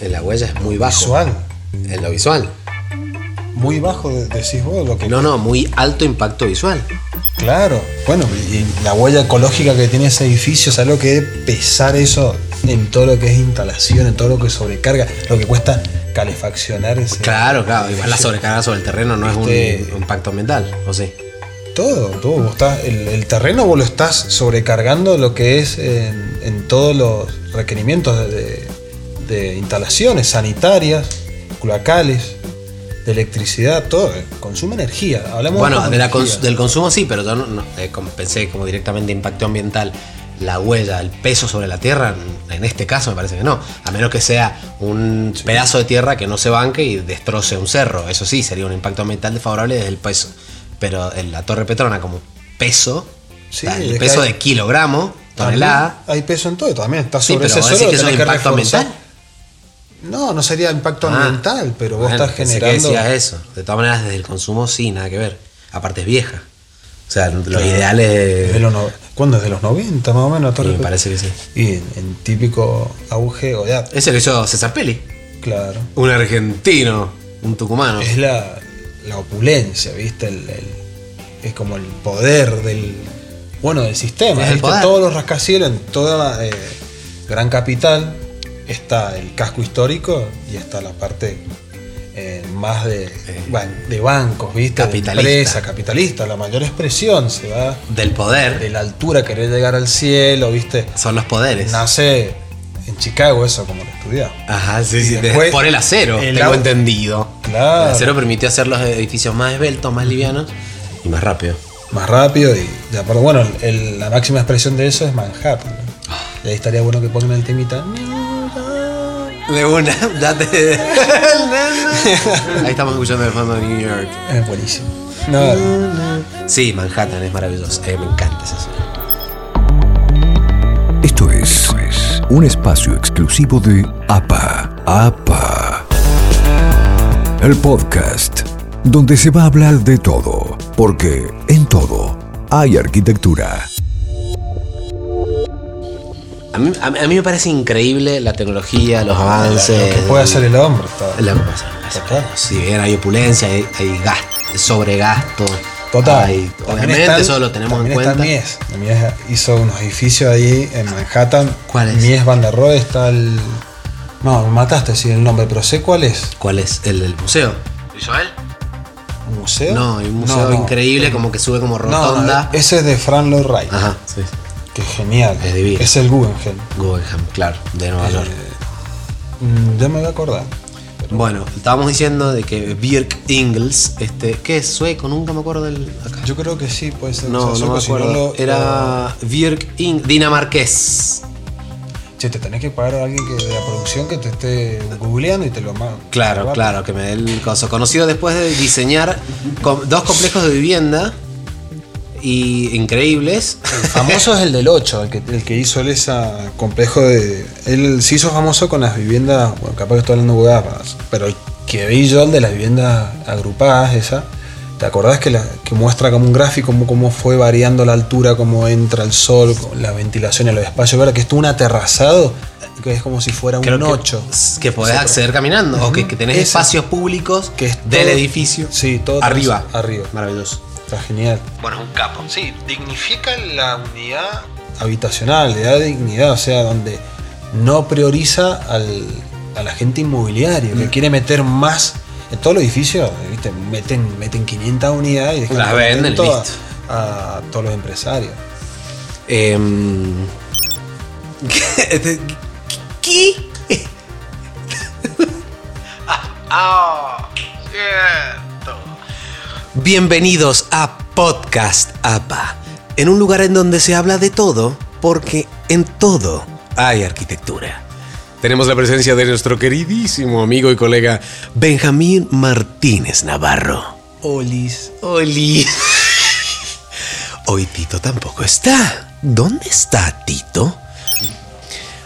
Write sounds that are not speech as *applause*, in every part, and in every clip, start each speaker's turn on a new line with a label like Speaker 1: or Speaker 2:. Speaker 1: En Eh, la huella es muy bajo.
Speaker 2: Visual.
Speaker 1: En lo visual.
Speaker 2: Muy bajo, de- decís vos, lo que.
Speaker 1: No, no, muy alto impacto visual.
Speaker 2: Claro. Bueno, y la huella ecológica que tiene ese edificio, ¿sabes lo que es pesar eso en todo lo que es instalación, en todo lo que sobrecarga, lo que cuesta calefaccionar ese.
Speaker 1: Claro, claro. Igual la sobrecarga sobre el terreno no es
Speaker 2: Viste.
Speaker 1: un, un impacto ambiental, ¿o sí?
Speaker 2: Todo, todo. Vos estás- el, el terreno vos lo estás sobrecargando lo que es en, en todos los requerimientos de, de- de instalaciones sanitarias, cloacales, de electricidad, todo. eh, Consume energía. Hablamos
Speaker 1: Bueno,
Speaker 2: de
Speaker 1: de la
Speaker 2: energía.
Speaker 1: cons- del consumo sí, pero yo no, no, eh, como pensé como directamente impacto ambiental. La huella, el peso sobre la tierra, en este caso me parece que no. A menos que sea un pedazo de tierra que no se banque y destroce un cerro. Eso sí, sería un impacto ambiental desfavorable desde el peso. Pero en la Torre Petrona, como peso,
Speaker 2: Sí,
Speaker 1: o sea,
Speaker 2: es
Speaker 1: el
Speaker 2: que
Speaker 1: peso
Speaker 2: hay-
Speaker 1: de kilogramo, tonelada.
Speaker 2: Hay peso en todo, también está
Speaker 1: Sí,
Speaker 2: sobre
Speaker 1: pero
Speaker 2: ese
Speaker 1: vos decís
Speaker 2: suelo.
Speaker 1: que eso
Speaker 2: tenés
Speaker 1: es impacto
Speaker 2: reforzar.
Speaker 1: ambiental.
Speaker 2: No, no sería impacto
Speaker 1: Ah.
Speaker 2: ambiental, pero vos
Speaker 1: Bueno,
Speaker 2: estás
Speaker 1: pensé que
Speaker 2: generando.
Speaker 1: decías eh, eso. De todas maneras, desde el consumo sí, nada que ver. Aparte es vieja. O sea, los ideales...
Speaker 2: Desde los no- ¿Cuándo? Desde los 90 más o menos.
Speaker 1: y
Speaker 2: Torre
Speaker 1: me
Speaker 2: Pe-
Speaker 1: parece que sí.
Speaker 2: Y en, en típico auge o edad,
Speaker 1: Eso que hizo César Peli.
Speaker 2: claro.
Speaker 1: Un argentino, un tucumano.
Speaker 2: Es la, la opulencia, ¿viste? El- el- es como el poder del. Bueno, del sistema.
Speaker 1: Es el
Speaker 2: ¿viste?
Speaker 1: poder.
Speaker 2: Todos los rascacielos en toda eh, gran capital está el casco histórico y está la parte eh, más de, ban- de bancos, ¿viste?
Speaker 1: Capitalista.
Speaker 2: De empresa, capitalista. La mayor expresión se va
Speaker 1: Del poder.
Speaker 2: de la altura, querer llegar al cielo, ¿viste?
Speaker 1: Son los poderes.
Speaker 2: Nace en Chicago, eso como lo estudiaba.
Speaker 1: Ajá, sí, sí.
Speaker 2: después-
Speaker 1: de- por el acero,
Speaker 2: el
Speaker 1: tengo
Speaker 2: au-
Speaker 1: entendido.
Speaker 2: Claro.
Speaker 1: El acero permitió hacer los edificios más esbeltos, más livianos y más rápido.
Speaker 2: más rápido y de acuerdo. Bueno, el- la máxima expresión de eso es Manhattan. ¿no? Y ahí estaría bueno que pongan el temita.
Speaker 1: De una, *laughs*
Speaker 2: *laughs*
Speaker 1: date. Ahí estamos escuchando el fondo de New York.
Speaker 2: Es buenísimo. No,
Speaker 1: Sí, Manhattan es maravilloso. Eh, me encanta esa zona.
Speaker 3: Esto es un espacio exclusivo de APA. APA. El podcast donde se va a hablar de todo, porque en todo hay arquitectura.
Speaker 1: A mí, a mí- a mí me parece increíble la tecnología, los
Speaker 2: lo
Speaker 1: avances.
Speaker 2: que puede hacer el hombre. está-
Speaker 1: Ah, La pasa, la pasa.
Speaker 2: Total.
Speaker 1: Si bien hay opulencia, hay, hay gasto, sobregasto.
Speaker 2: Total.
Speaker 1: hay-
Speaker 2: También
Speaker 1: obviamente
Speaker 2: está-
Speaker 1: eso lo tenemos en
Speaker 2: también
Speaker 1: cuenta.
Speaker 2: Está Mies. La Mies hizo unos edificios ahí en Manhattan.
Speaker 1: ¿Cuál es?
Speaker 2: Mies Van der Rohe está el. No, me mataste sí, el nombre, pero sé cuál es.
Speaker 1: ¿Cuál es? ¿El del museo? ¿Hizo él?
Speaker 2: ¿Un museo?
Speaker 1: No, hay un museo
Speaker 2: No, no.
Speaker 1: increíble, como que sube como
Speaker 2: No, no,
Speaker 1: rotonda.
Speaker 2: ese es de Fran Lloyd Wright.
Speaker 1: Ajá, sí.
Speaker 2: Que es genial.
Speaker 1: Es divino.
Speaker 2: Es el Guggenheim.
Speaker 1: Guggenheim, claro, de Nueva
Speaker 2: Eh,
Speaker 1: York.
Speaker 2: Mm, Ya me voy a acordar.
Speaker 1: Bueno, estábamos diciendo de que Birk Ingels, este, ¿qué es sueco? Nunca me acuerdo del acá.
Speaker 2: Yo creo que sí, puede ser.
Speaker 1: No,
Speaker 2: O sea,
Speaker 1: no me
Speaker 2: sueco, si
Speaker 1: acuerdo.
Speaker 2: lo-
Speaker 1: Era Birk Ingels, dinamarqués.
Speaker 2: Che, te tenés que pagar a alguien que, de la producción que te esté googleando y te lo manda.
Speaker 1: Claro, claro, que me dé el coso. Conocido después de diseñar com- dos complejos de vivienda y increíbles.
Speaker 2: Famoso es el del 8, el que, el que hizo el esa complejo de. Él se hizo famoso con las viviendas. Bueno, capaz que estoy hablando huevadas, pero el que vi yo, el de las viviendas agrupadas, esa. ¿Te acordás que, la- que muestra como un gráfico cómo, cómo fue variando la altura, cómo entra el sol, la ventilación en los espacios? ¿Verdad? Que estuvo un aterrazado, que es como si fuera un
Speaker 1: Creo que-
Speaker 2: 8.
Speaker 1: Que podés
Speaker 2: Sí,
Speaker 1: acceder caminando o que, que tenés
Speaker 2: Ese.
Speaker 1: espacios públicos
Speaker 2: Que es
Speaker 1: del
Speaker 2: todo-
Speaker 1: edificio.
Speaker 2: sí, todo
Speaker 1: arriba.
Speaker 2: tenés arriba.
Speaker 1: Maravilloso.
Speaker 2: Está genial.
Speaker 1: Bueno, un capo.
Speaker 2: Sí, dignifica la unidad habitacional, le da dignidad, o sea, donde no prioriza al, a la gente inmobiliaria,
Speaker 1: Mm.
Speaker 2: que quiere meter más. En todos los edificios, ¿viste? Meten, meten 500 unidades y dejan
Speaker 1: Las
Speaker 2: que
Speaker 1: venden
Speaker 2: meten
Speaker 1: y
Speaker 2: todas
Speaker 1: listo.
Speaker 2: a, a todos los empresarios.
Speaker 1: Em, *laughs* ¿Qué? ¿Qué? Ah, cierto. Bienvenidos a Podcast APA, en un lugar en donde se habla de todo, porque en todo hay arquitectura. Tenemos la presencia de nuestro queridísimo amigo y colega Benjamín Martínez Navarro.
Speaker 2: Olis.
Speaker 1: Oli. *laughs* Hoy Tito tampoco está. ¿Dónde está Tito?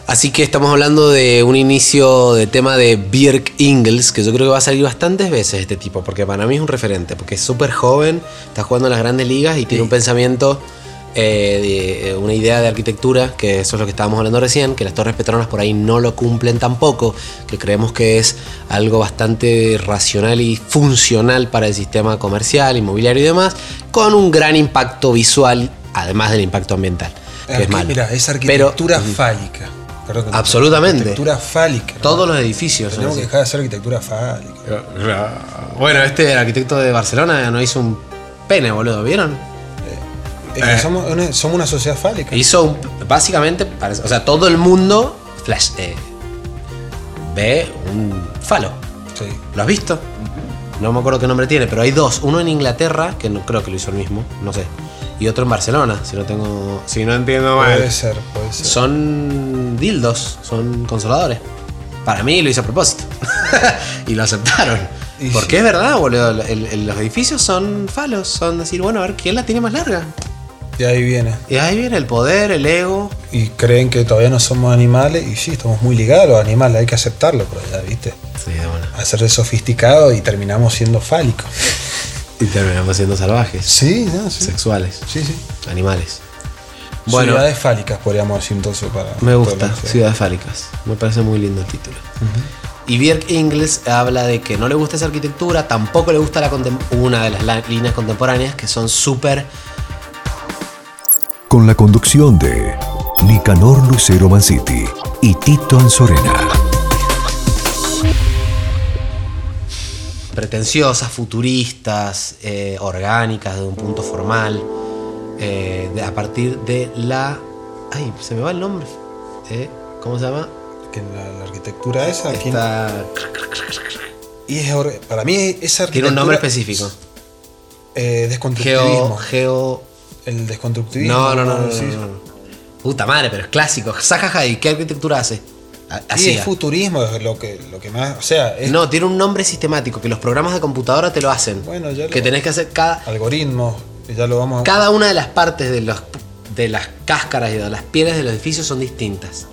Speaker 1: Así que estamos hablando de un inicio de tema de Birk Ingels, que yo creo que va a salir bastantes veces este tipo, porque para mí es un referente, porque es súper joven, está jugando en las grandes ligas y tiene un pensamiento eh, de- una idea de arquitectura, que eso es lo que estábamos hablando recién, que las torres petronas por ahí no lo cumplen tampoco, que creemos que es algo bastante racional y funcional para el sistema comercial, inmobiliario y demás, con un gran impacto visual, además del impacto ambiental. Que es
Speaker 2: Arqui-
Speaker 1: malo.
Speaker 2: Mirá, es
Speaker 1: Pero,
Speaker 2: arquitectura
Speaker 1: ujú,
Speaker 2: fálica. Perdón que no-
Speaker 1: Absolutamente.
Speaker 2: Arquitectura fálica. hermano.
Speaker 1: todos los edificios. son
Speaker 2: Tenemos que
Speaker 1: así.
Speaker 2: dejar de hacer arquitectura fálica.
Speaker 1: Bueno, este arquitecto de Barcelona no hizo un pene, boludo, ¿vieron?
Speaker 2: Es
Speaker 1: Eh.
Speaker 2: que somos, una, somos una sociedad fálica.
Speaker 1: Hizo un, básicamente, para- o sea, todo el mundo flash, eh, ve un falo.
Speaker 2: Sí.
Speaker 1: ¿Lo has visto? No me acuerdo qué nombre tiene, pero hay dos. Uno en Inglaterra, que no, creo que lo hizo el mismo, no sé. Y otro en Barcelona, si no tengo. Si no entiendo
Speaker 2: Puede ser, puede ser.
Speaker 1: Son dildos, son consoladores. Para mí lo hice a propósito. *laughs* y lo aceptaron.
Speaker 2: Y
Speaker 1: Porque
Speaker 2: sí.
Speaker 1: es verdad, boludo. el- el- los edificios son falos. Son decir, bueno, a ver quién la tiene más larga.
Speaker 2: De ahí viene.
Speaker 1: Y ahí viene el poder, el ego.
Speaker 2: Y creen que todavía no somos animales. Y sí, estamos muy ligados a los animales. Hay que aceptarlo por allá, ¿viste?
Speaker 1: Sí, de buena.
Speaker 2: Hacerse sofisticado y terminamos siendo fálicos.
Speaker 1: Y terminamos siendo salvajes,
Speaker 2: Sí, no, sí.
Speaker 1: sexuales,
Speaker 2: Sí, sí.
Speaker 1: animales. Bueno,
Speaker 2: Ciudades fálicas, podríamos decir entonces para.
Speaker 1: me gusta,
Speaker 2: todos los-
Speaker 1: Ciudades Fálicas. Me parece muy lindo el título. Y Björk Ingles habla de que no le gusta esa arquitectura, tampoco le gusta la contem- una de las la- líneas contemporáneas que son súper
Speaker 3: Con la conducción de Nicanor Lucero Manciti y Tito Anzorena.
Speaker 1: pretenciosas, futuristas, eh, orgánicas, de un punto formal, eh, de- a partir de la... Ay, se me va el nombre. Eh, ¿Cómo se llama?
Speaker 2: Que la, la arquitectura esa. aquí-
Speaker 1: Esta-
Speaker 2: y es, or- para mí, esa arquitectura.
Speaker 1: Tiene un nombre específico.
Speaker 2: Eh,
Speaker 1: Geo...
Speaker 2: desconstructivismo.
Speaker 1: Geo...
Speaker 2: el desconstructivismo.
Speaker 1: No, no, no, no,
Speaker 2: sí.
Speaker 1: no, no. Puta madre, pero es clásico. Sajaja, ¿y qué arquitectura hace? A-
Speaker 2: Y
Speaker 1: Así.
Speaker 2: es futurismo es lo que, lo que más. O sea, es
Speaker 1: No, tiene un nombre sistemático que los programas de computadora te lo hacen.
Speaker 2: Bueno, ya lo-
Speaker 1: Que tenés que hacer cada,
Speaker 2: algoritmos. que Ya lo vamos a.
Speaker 1: cada una de las partes de, los, de las cáscaras y de las pieles de los edificios son distintas.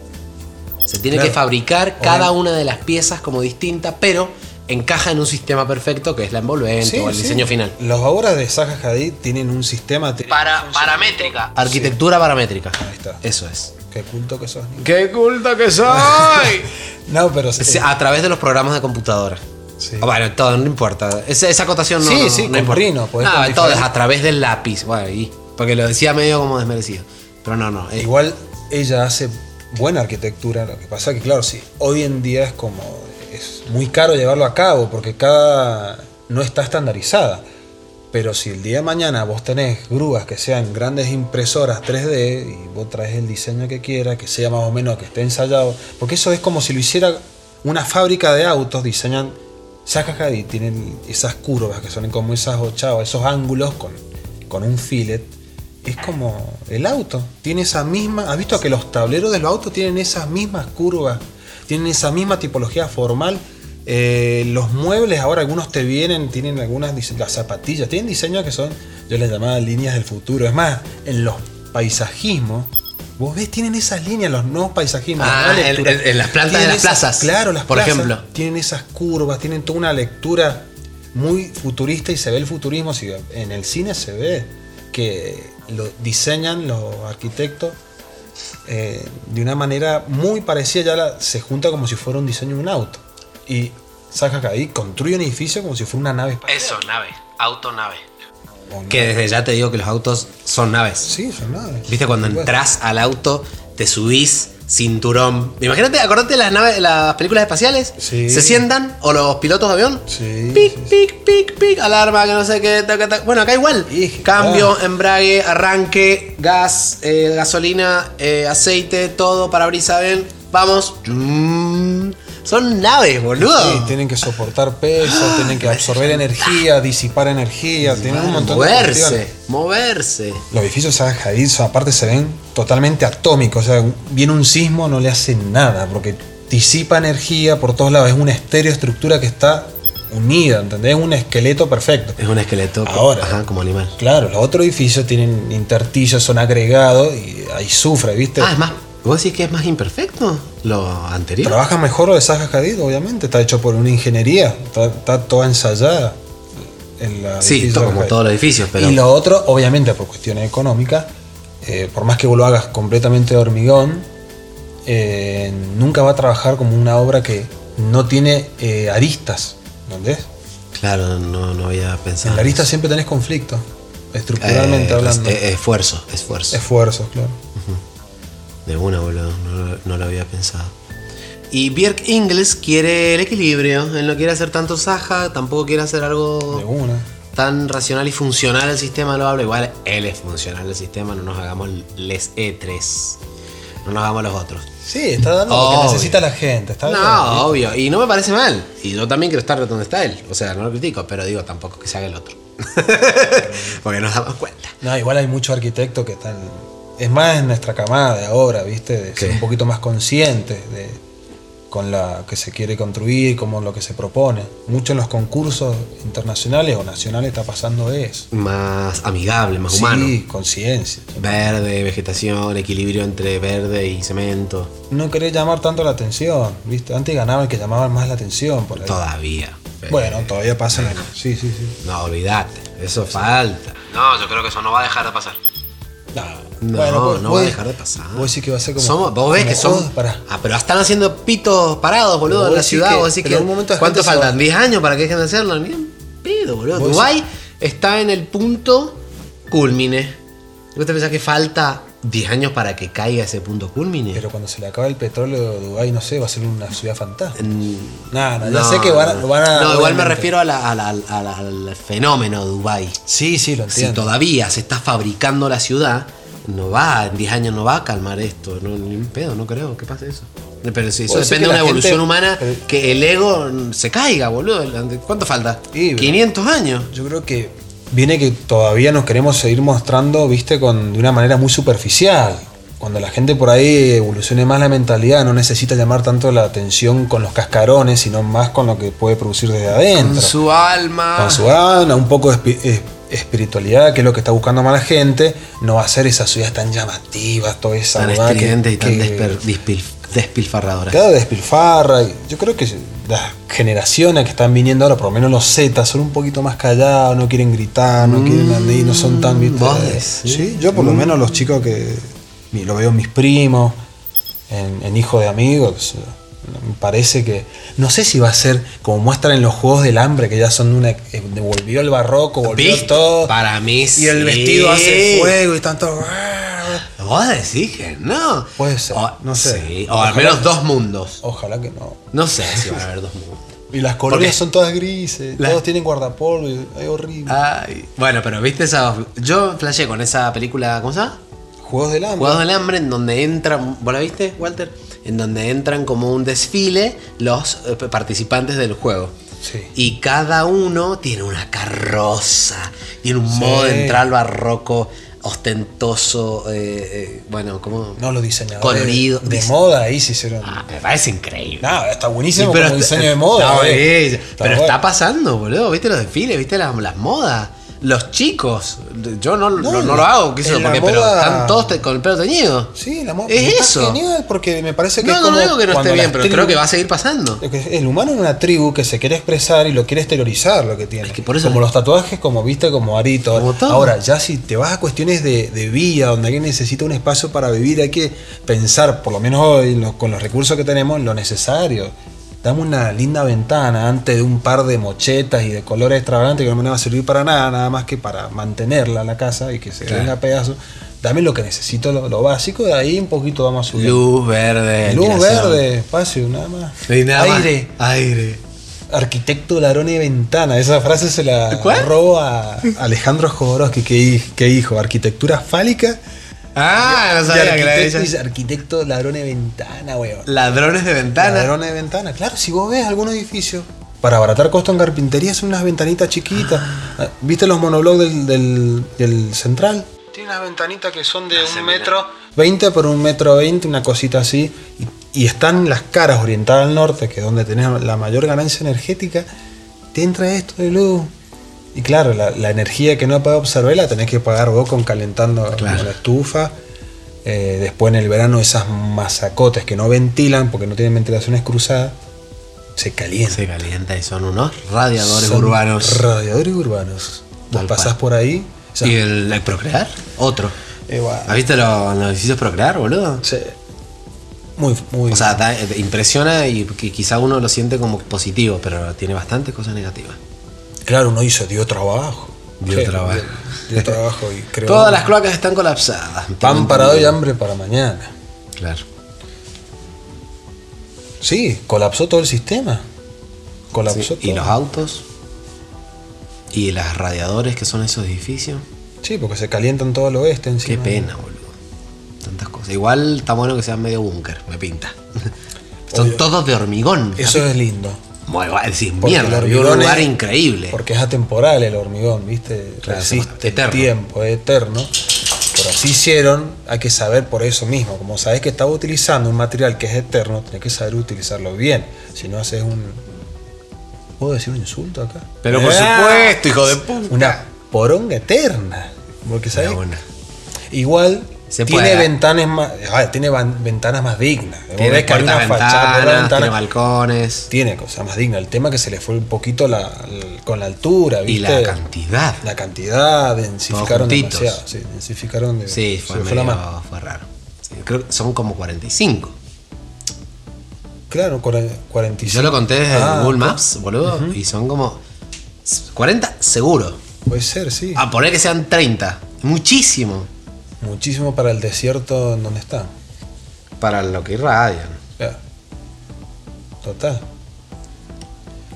Speaker 1: Se tiene
Speaker 2: Claro.
Speaker 1: que fabricar cada
Speaker 2: Obviamente.
Speaker 1: una de las piezas como distinta, pero encaja en un sistema perfecto que es la envolvente
Speaker 2: Sí,
Speaker 1: o el
Speaker 2: sí.
Speaker 1: diseño final.
Speaker 2: Los obras de Zaha Hadid tienen un sistema. te-
Speaker 1: Para, paramétrica. Arquitectura paramétrica.
Speaker 2: Ahí está.
Speaker 1: Eso es.
Speaker 2: Qué culto que sos. Nico.
Speaker 1: ¡Qué culto que soy!
Speaker 2: No,
Speaker 1: *laughs*
Speaker 2: pero.
Speaker 1: Sí,
Speaker 2: Sí,
Speaker 1: A través de los programas de computadora.
Speaker 2: Sí.
Speaker 1: Ah, Bueno, todo, no importa. Esa, esa acotación no,
Speaker 2: Sí,
Speaker 1: no,
Speaker 2: sí,
Speaker 1: no
Speaker 2: con
Speaker 1: importa.
Speaker 2: Rhino, podés
Speaker 1: No,
Speaker 2: con
Speaker 1: todo es
Speaker 2: diferente-
Speaker 1: a través del lápiz. Bueno, ahí. Porque lo decía medio como desmerecido. Pero no, no. eh,
Speaker 2: e Igual ella hace buena arquitectura. Lo que pasa que, claro, sí, hoy en día es como. Es muy caro llevarlo a cabo porque cada. No está estandarizada. Pero si el día de mañana vos tenés grúas que sean grandes impresoras 3D y vos traes el diseño que quieras, que sea más o menos que esté ensayado, porque eso es como si lo hiciera una fábrica de autos, diseñan Zaha y tienen esas curvas que son como esas ochavas, esos ángulos con, con un fillet. Es como el auto, tiene esa misma. ¿Has visto que los tableros de los autos tienen esas mismas curvas? Tienen esa misma tipología formal. Eh, los muebles ahora algunos te vienen, tienen algunas dise- las zapatillas, tienen diseños que son, yo les llamaba líneas del futuro. Es más, en los paisajismos, vos ves, tienen esas líneas, los nuevos paisajismos.
Speaker 1: Ah,
Speaker 2: la nueva
Speaker 1: en-
Speaker 2: lectura.
Speaker 1: en- en las plantas
Speaker 2: Tienen
Speaker 1: de las
Speaker 2: esas-
Speaker 1: plazas,
Speaker 2: Claro, las
Speaker 1: por
Speaker 2: plazas
Speaker 1: ejemplo.
Speaker 2: tienen esas curvas, tienen toda una lectura muy futurista y se ve el futurismo. si- En el cine se ve que lo diseñan los arquitectos eh, de una manera muy parecida, ya la- se junta como si fuera un diseño de un auto. Y Zaha ahí construye un edificio como si fuera una nave espacial.
Speaker 1: Eso, nave. Autonave.
Speaker 2: O no.
Speaker 1: Que desde ya te digo que los autos son naves.
Speaker 2: Sí, son naves.
Speaker 1: Viste, cuando
Speaker 2: Igual.
Speaker 1: entras al auto, te subís, cinturón. Imagínate, acordate de las, naves, las películas espaciales.
Speaker 2: Sí.
Speaker 1: Se sientan, o los pilotos de avión.
Speaker 2: Sí,
Speaker 1: Pic,
Speaker 2: sí, sí.
Speaker 1: pic, pic, pic. Alarma, que no sé qué. taca, taca. Bueno, acá igual.
Speaker 2: Ije,
Speaker 1: Cambio, embrague, arranque, gas, eh, gasolina, eh, aceite, todo, parabrisas, ven. Vamos. Mm. Son naves, boludo.
Speaker 2: Sí, tienen que soportar
Speaker 1: Ah,
Speaker 2: peso, tienen que absorber energía, disipar energía, tienen un montón de cuestiones.
Speaker 1: moverse, moverse.
Speaker 2: Los edificios Zaha Hadid, son- aparte se ven totalmente atómicos. O sea, un- viene un sismo, no le hace nada, porque disipa energía por todos lados. Es una estereoestructura que está unida, ¿entendés? Es un esqueleto perfecto.
Speaker 1: Es un esqueleto. co-
Speaker 2: Ahora.
Speaker 1: Ajá, como animal.
Speaker 2: Claro, los otros edificios tienen intertillos, son agregados y ahí sufre, ¿viste?
Speaker 1: Ah, es más. ¿Vos decís que es más imperfecto lo anterior?
Speaker 2: Trabaja mejor lo de Zaha Hadid, obviamente. Está hecho por una ingeniería, está, está toda ensayada. en la
Speaker 1: Sí,
Speaker 2: edificio
Speaker 1: to-
Speaker 2: Zaha
Speaker 1: como
Speaker 2: Hadid.
Speaker 1: todos los edificios, pero.
Speaker 2: Y lo otro, obviamente, por cuestiones económicas, eh, por más que vos lo hagas completamente de hormigón, eh, nunca va a trabajar como una obra que no tiene eh, aristas, ¿entendés?
Speaker 1: Claro, no, no había
Speaker 2: En
Speaker 1: pensado.
Speaker 2: la
Speaker 1: en
Speaker 2: arista
Speaker 1: eso.
Speaker 2: siempre tenés conflicto,
Speaker 1: Ah, Eh,
Speaker 2: estructuralmente hablando.
Speaker 1: es- eh, esfuerzo, esfuerzo.
Speaker 2: Esfuerzos, claro.
Speaker 1: De una, boludo. No, lo- no lo había pensado. Y Björk Ingles quiere el equilibrio. Él no quiere hacer tanto saja, tampoco quiere hacer
Speaker 2: De
Speaker 1: algo
Speaker 2: una.
Speaker 1: tan racional y funcional al sistema. Lo habla igual. Él es funcional al sistema. No nos hagamos les E3. No nos hagamos los otros.
Speaker 2: Sí, está dando lo que
Speaker 1: Obvio.
Speaker 2: necesita la gente. Está bien,
Speaker 1: No, obvio. Y no me parece mal. Y yo también quiero estar donde está él. O sea, no lo critico, pero digo tampoco que se haga el otro. *laughs* Porque nos damos cuenta.
Speaker 2: No, igual hay muchos arquitectos que están. Es más en nuestra camada de ahora, ¿viste? De
Speaker 1: ¿Qué?
Speaker 2: ser un poquito más conscientes de con la que se quiere construir, como lo que se propone. Mucho en los concursos internacionales o nacionales está pasando eso.
Speaker 1: Más amigable, más humano.
Speaker 2: Sí, conciencia.
Speaker 1: Verde, vegetación, equilibrio entre verde y cemento.
Speaker 2: No querés llamar tanto la atención, ¿viste? Antes ganaba el que llamaba más la atención por ahí.
Speaker 1: Todavía. Pero
Speaker 2: Bueno, todavía pasa en el- Sí, sí, sí.
Speaker 1: No, olvidate. Eso falta. No, yo creo que eso no va a dejar de pasar.
Speaker 2: No,
Speaker 1: No,
Speaker 2: Bueno, pues, vos-
Speaker 1: no
Speaker 2: vos-
Speaker 1: va a dejar de pasar.
Speaker 2: Vos decís que va a ser como.
Speaker 1: Somos- vos ves
Speaker 2: como
Speaker 1: que son.
Speaker 2: joda, pará.
Speaker 1: Ah, pero están haciendo pitos parados, boludo,
Speaker 2: Pero
Speaker 1: en
Speaker 2: vos
Speaker 1: la
Speaker 2: decís
Speaker 1: ciudad.
Speaker 2: que-
Speaker 1: vos decís
Speaker 2: pero
Speaker 1: que.
Speaker 2: en algún momento la
Speaker 1: ¿Cuánto
Speaker 2: gente se
Speaker 1: faltan?
Speaker 2: va.
Speaker 1: ¿10 añdos para que dejen de hacerlo? Ni en pedo, boludo.
Speaker 2: Vos
Speaker 1: Dubái está en el punto culmine. ¿Vos te pensás que falta 10 años para que caiga ese punto culmine?
Speaker 2: Pero cuando se le acabe el petróleo de Dubái, no sé, va a ser una ciudad fantasma.
Speaker 1: Mm,
Speaker 2: Nada, ya sé que van a. van a-
Speaker 1: no, igual me
Speaker 2: obviamente.
Speaker 1: refiero a la- a la- a la- al fenómeno Dubai.
Speaker 2: Sí, sí, lo
Speaker 1: Si
Speaker 2: entiendo.
Speaker 1: todavía se está fabricando la ciudad, no va, en 10 años no va a calmar esto. No, ni un pedo, no creo que pase eso. Pero si eso
Speaker 2: Puede
Speaker 1: depende de
Speaker 2: ser
Speaker 1: una
Speaker 2: que la gente-
Speaker 1: evolución humana,
Speaker 2: pero-
Speaker 1: que el ego mm, se caiga, boludo. ¿Cuánto falta?
Speaker 2: Y, pero-
Speaker 1: 500 años.
Speaker 2: Yo creo que viene que todavía nos queremos seguir mostrando, viste, con, de una manera muy superficial. Cuando la gente por ahí evolucione más la mentalidad, no necesita llamar tanto la atención con los cascarones, sino más con lo que puede producir desde adentro.
Speaker 1: Con su alma.
Speaker 2: con su alma, un poco de espi- eh, espiritualidad, que es lo que está buscando más la gente, no va a ser esas ciudades tan llamativas, toda esa
Speaker 1: tan
Speaker 2: huevada que-
Speaker 1: estridente y tan
Speaker 2: que-
Speaker 1: desper- despil- despilfarradora.
Speaker 2: Cada despilfarra, y yo creo que las generaciones que están viniendo ahora, por lo menos los Z, son un poquito más callados, no quieren gritar, no quieren andar, no son tan... ¿viste?
Speaker 1: Mm, ¿vos decís? Mm.
Speaker 2: Sí, yo por lo menos los chicos que mi- lo veo en mis primos, en, en hijos de amigos, eh, me parece que... No sé si va a ser como muestran en los Juegos del Hambre, que ya son una... eh, volvió el barroco, volvió
Speaker 1: ¿Viste?
Speaker 2: todo...
Speaker 1: Para mí
Speaker 2: y el
Speaker 1: sí.
Speaker 2: vestido hace fuego y "Ah", tanto...
Speaker 1: Vos decís que no.
Speaker 2: Puede ser,
Speaker 1: O-
Speaker 2: no sé.
Speaker 1: sí, o al menos dos mundos.
Speaker 2: Ojalá que no.
Speaker 1: No sé si van a haber dos mundos.
Speaker 2: Y las colonias
Speaker 1: Porque- Ah.
Speaker 2: son todas grises,
Speaker 1: La-
Speaker 2: todos tienen guardapolvo, y es horrible.
Speaker 1: Ay, bueno, pero viste esa. Yo flashé con esa película, ¿cómo se llama?
Speaker 2: Juegos del hambre.
Speaker 1: Juegos del Hambre, en donde entran. ¿Vos la viste, Walter? En donde entran como un desfile los eh, participantes del juego.
Speaker 2: Sí.
Speaker 1: Y cada uno tiene una carroza, tiene un modo de
Speaker 2: Sí.
Speaker 1: entrar barroco, ostentoso, eh, eh, bueno, como.
Speaker 2: No, los diseñadores.
Speaker 1: Colorido.
Speaker 2: De,
Speaker 1: Dis-
Speaker 2: moda ahí se hicieron.
Speaker 1: Ah, me parece increíble.
Speaker 2: Nada, está
Speaker 1: Sí,
Speaker 2: buenísimo como
Speaker 1: está-
Speaker 2: diseño de moda.
Speaker 1: está
Speaker 2: eh.
Speaker 1: bien, pero
Speaker 2: bueno.
Speaker 1: está pasando, boludo. ¿Viste los desfiles? ¿Viste las, las modas? Los chicos. Yo no, no, no lo hago, qué sé yo,
Speaker 2: en la
Speaker 1: porque, pero
Speaker 2: moda-
Speaker 1: están todos te- con el pelo teñido.
Speaker 2: Sí, la moda.
Speaker 1: Es
Speaker 2: está
Speaker 1: eso.
Speaker 2: genial porque me parece que
Speaker 1: no,
Speaker 2: es
Speaker 1: no,
Speaker 2: como
Speaker 1: no digo que no
Speaker 2: cuando
Speaker 1: esté bien,
Speaker 2: las
Speaker 1: pero
Speaker 2: tribus-
Speaker 1: creo que va a seguir pasando.
Speaker 2: lo que- El humano es una tribu que se quiere expresar y lo quiere exteriorizar lo que tiene.
Speaker 1: Es que por eso-
Speaker 2: como los tatuajes, como viste, como arito.
Speaker 1: Como todo.
Speaker 2: Ahora, ya si te vas a cuestiones de, de vida, donde alguien necesita un espacio para vivir, hay que pensar, por lo menos hoy, lo- con los recursos que tenemos, lo necesario. Dame una linda ventana antes de un par de mochetas y de colores extravagantes que no me van a servir para nada, nada más que para mantenerla la casa y que se
Speaker 1: Claro.
Speaker 2: venga a pedazos. Dame lo que necesito, lo, lo básico, de ahí un poquito vamos a subir.
Speaker 1: Luz verde.
Speaker 2: Luz
Speaker 1: ventilación.
Speaker 2: verde, espacio, nada más.
Speaker 1: No hay nada más.
Speaker 2: Aire.
Speaker 1: Aire.
Speaker 2: Arquitecto, ladrón y ventana. Esa frase se la
Speaker 1: ¿Cuál?
Speaker 2: robo a Alejandro Jodorowsky, que, hi- que dijo arquitectura fálica
Speaker 1: Ah, no
Speaker 2: y
Speaker 1: sabía que la de
Speaker 2: arquitecto, y
Speaker 1: ellas-
Speaker 2: arquitecto, ladrón y ventana, weón.
Speaker 1: Ladrones de ventana.
Speaker 2: Ladrón y ventana. Claro, si vos ves algún edificio, para abaratar costo en carpintería, son unas ventanitas chiquitas. Ah, ¿Viste los monoblogs del, del, del central? Tiene unas ventanitas que son de un metro 20 por un metro 20, una cosita así. Y, y están las caras orientadas al norte, que es donde tenés la mayor ganancia energética. Te entra esto de luz. Y claro, la, la energía que no podés observar la tenés que pagar vos con calentando
Speaker 1: Claro.
Speaker 2: la estufa. Eh, después en el verano esas masacotes que no ventilan porque no tienen ventilaciones cruzadas, se calientan.
Speaker 1: Se calienta y son unos radiadores
Speaker 2: Son
Speaker 1: urbanos.
Speaker 2: Radiadores urbanos. Vos
Speaker 1: Tal
Speaker 2: pasás
Speaker 1: cual.
Speaker 2: por ahí. o sea, eh,
Speaker 1: ¿Y el, el procrear? Otro.
Speaker 2: Y bueno,
Speaker 1: ¿Has visto lo- los edificios Procrear, boludo?
Speaker 2: sí. Muy, muy.
Speaker 1: O sea, da- eh, impresiona y que quizá uno lo siente como positivo, pero tiene bastantes cosas negativas.
Speaker 2: claro, uno hizo, dio trabajo.
Speaker 1: Dio trabajo.
Speaker 2: Dio, dio trabajo
Speaker 1: *laughs*
Speaker 2: y creo.
Speaker 1: Todas las cloacas están colapsadas.
Speaker 2: Pan para hoy, hambre para mañana.
Speaker 1: Claro.
Speaker 2: Sí, colapsó todo el sistema. Colapsó
Speaker 1: Sí,
Speaker 2: todo.
Speaker 1: Y los autos. Y las radiadores que son esos edificios.
Speaker 2: Sí, porque se calientan todo el
Speaker 1: Qué
Speaker 2: oeste encima.
Speaker 1: pena, boludo. Tantas cosas. Igual está bueno que sean medio búnker, me
Speaker 2: *laughs*
Speaker 1: pinta. Son
Speaker 2: Obvio.
Speaker 1: todos de hormigón.
Speaker 2: Eso es lindo.
Speaker 1: Muy guay, sí,
Speaker 2: Porque el
Speaker 1: mierda. vi un
Speaker 2: hormigón
Speaker 1: lugar
Speaker 2: es-
Speaker 1: increíble.
Speaker 2: Porque es atemporal el hormigón, ¿viste?
Speaker 1: Claro,
Speaker 2: Resiste
Speaker 1: eterno.
Speaker 2: el tiempo, es eterno. Pero así hicieron, hay que saber por eso mismo. Como sabes que estás utilizando un material que es eterno, tenés que saber utilizarlo bien. Si no haces un. ¿Puedo decir un insulto acá?
Speaker 1: Pero por
Speaker 2: Ah,
Speaker 1: supuesto, hijo de puta.
Speaker 2: Una poronga eterna. Porque sabes.
Speaker 1: Pero bueno,
Speaker 2: Igual.
Speaker 1: Se
Speaker 2: tiene
Speaker 1: puede. ¿eh?
Speaker 2: ventanas más, ah, tiene van- ventanas más dignas. Vos
Speaker 1: Tiene
Speaker 2: ves que hay
Speaker 1: puertas,
Speaker 2: una fachada,
Speaker 1: ventanas,
Speaker 2: una ventana-
Speaker 1: tiene balcones.
Speaker 2: tiene cosas más dignas. El tema que se le fue un poquito la, l- con la altura, ¿viste?
Speaker 1: Y la cantidad.
Speaker 2: La cantidad, densificaron
Speaker 1: Todos juntitos.
Speaker 2: demasiado. Sí, densificaron de,
Speaker 1: Sí,
Speaker 2: se
Speaker 1: fue,
Speaker 2: le
Speaker 1: medio-
Speaker 2: la mano.
Speaker 1: fue raro. Sí, creo que son como 45.
Speaker 2: Claro, cua-
Speaker 1: Y
Speaker 2: 45.
Speaker 1: yo lo conté desde
Speaker 2: Ah,
Speaker 1: Google Maps, boludo. Y son como 40 seguro.
Speaker 2: Puede ser, sí.
Speaker 1: A poner que sean 30. Muchísimo.
Speaker 2: Muchísimo para el desierto en donde está.
Speaker 1: Para lo que irradian.
Speaker 2: Claro. Total.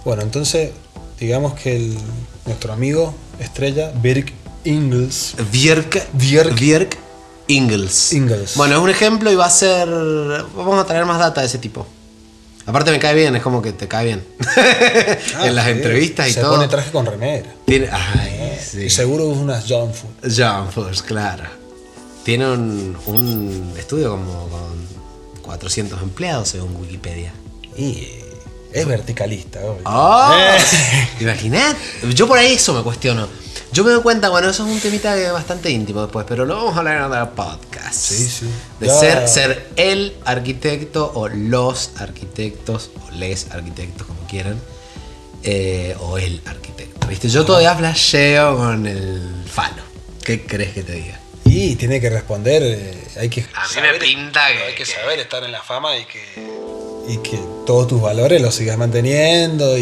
Speaker 2: Bueno, entonces, digamos que el- nuestro amigo estrella, Birk Ingles.
Speaker 1: Björk,
Speaker 2: Björk.
Speaker 1: Björk Ingels.
Speaker 2: Ingels.
Speaker 1: Bueno, es un ejemplo y va a ser. Vamos a traer más data de ese tipo. Aparte, me cae bien, es como que te cae bien. *laughs*
Speaker 2: Ah,
Speaker 1: en las
Speaker 2: sí.
Speaker 1: entrevistas y
Speaker 2: se
Speaker 1: todo.
Speaker 2: pone traje con remera.
Speaker 1: Tiene- Ay, sí.
Speaker 2: Y seguro usa unas John Food.
Speaker 1: John Fox, claro. Tiene un, un estudio como con 400 empleados según Wikipedia.
Speaker 2: Y es verticalista, obvio.
Speaker 1: *laughs* ¡Oh!
Speaker 2: Eh,
Speaker 1: Imaginad. Yo por ahí eso me cuestiono. Yo me doy cuenta, bueno, eso es un temita que es bastante íntimo después, pero lo vamos a hablar en otro podcast.
Speaker 2: Sí, sí.
Speaker 1: De
Speaker 2: Ya.
Speaker 1: ser, ser el arquitecto o los arquitectos o les arquitectos, como quieran. eh, o el arquitecto. ¿Viste? Yo todavía flasheo con el falo. ¿Qué crees que te diga?
Speaker 2: *laughs* Y tiene que responder, eh, hay que...
Speaker 1: A mí me
Speaker 2: saber-
Speaker 1: pinta que-
Speaker 2: Hay que
Speaker 1: que-
Speaker 2: saber estar en la fama y que... Y que todos tus valores los sigas manteniendo y,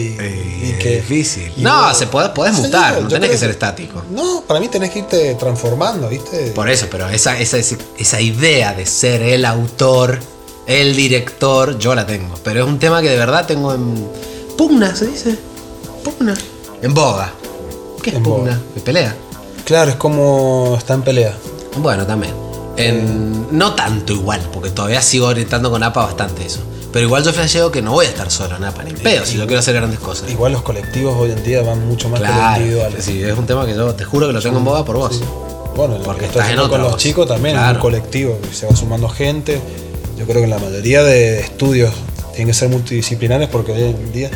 Speaker 2: y que... y
Speaker 1: Eh, No,
Speaker 2: bueno,
Speaker 1: se puede, podés
Speaker 2: sí,
Speaker 1: mutar,
Speaker 2: yo
Speaker 1: no tenés
Speaker 2: creo
Speaker 1: que ser estático.
Speaker 2: No, para mí tenés que irte transformando, ¿viste?
Speaker 1: Por eso, pero esa, esa, esa- esa idea de ser el autor, el director, yo la tengo. Pero es un tema que de verdad tengo en. Pugna, se dice. Pugna. En boga. ¿Qué es
Speaker 2: En boga.
Speaker 1: pugna? De pelea.
Speaker 2: Claro, es como está en pelea.
Speaker 1: Bueno, también. En- no tanto igual, porque todavía sigo orientando con APA bastante eso. Pero igual yo flasheo que no voy a estar solo en APA, ni en pedo, si yo quiero hacer grandes cosas.
Speaker 2: Igual los colectivos hoy en día van mucho más que los
Speaker 1: Claro,
Speaker 2: individuales.
Speaker 1: sí, es un tema que yo te juro que lo tengo en boga por vos.
Speaker 2: Bueno, lo
Speaker 1: Porque estás
Speaker 2: que estás
Speaker 1: en
Speaker 2: haciendo con
Speaker 1: otra
Speaker 2: los
Speaker 1: voz.
Speaker 2: chicos también, es
Speaker 1: Claro.
Speaker 2: un colectivo, y se va sumando gente. Yo creo que la mayoría de estudios tienen que ser multidisciplinares porque hoy en día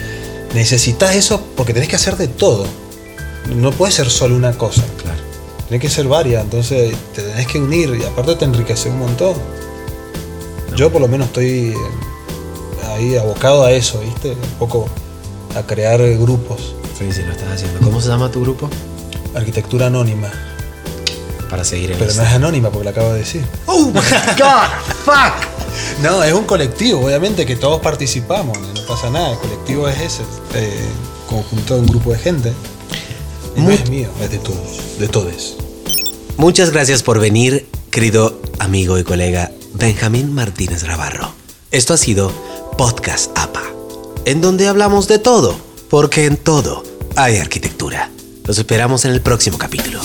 Speaker 2: necesitas eso porque tenés que hacer de todo. No puede ser solo una cosa,
Speaker 1: Claro.
Speaker 2: tenés que ser varias, entonces te tenés que unir y aparte te enriquece un montón. Yo por lo menos estoy eh, ahí abocado a eso, ¿viste? Un poco a crear grupos.
Speaker 1: Sí, sí, lo estás haciendo. ¿Cómo se llama tu grupo?
Speaker 2: Arquitectura anónima,
Speaker 1: Para seguir en
Speaker 2: pero no
Speaker 1: Insta.
Speaker 2: es anónima porque lo acabo de decir.
Speaker 1: *laughs* ¡Oh, my God! ¡Fuck!
Speaker 2: No, es un colectivo, obviamente, que todos participamos, no pasa nada, el colectivo es ese, eh, conjunto de un grupo de gente. Y no
Speaker 1: Muy-
Speaker 2: es mío, es de todos, de todes.
Speaker 1: Muchas gracias por venir, querido amigo y colega Benjamín Martínez Navarro. Esto ha sido Podcast APA, en donde hablamos de todo, porque en todo hay arquitectura. Los esperamos en el próximo capítulo.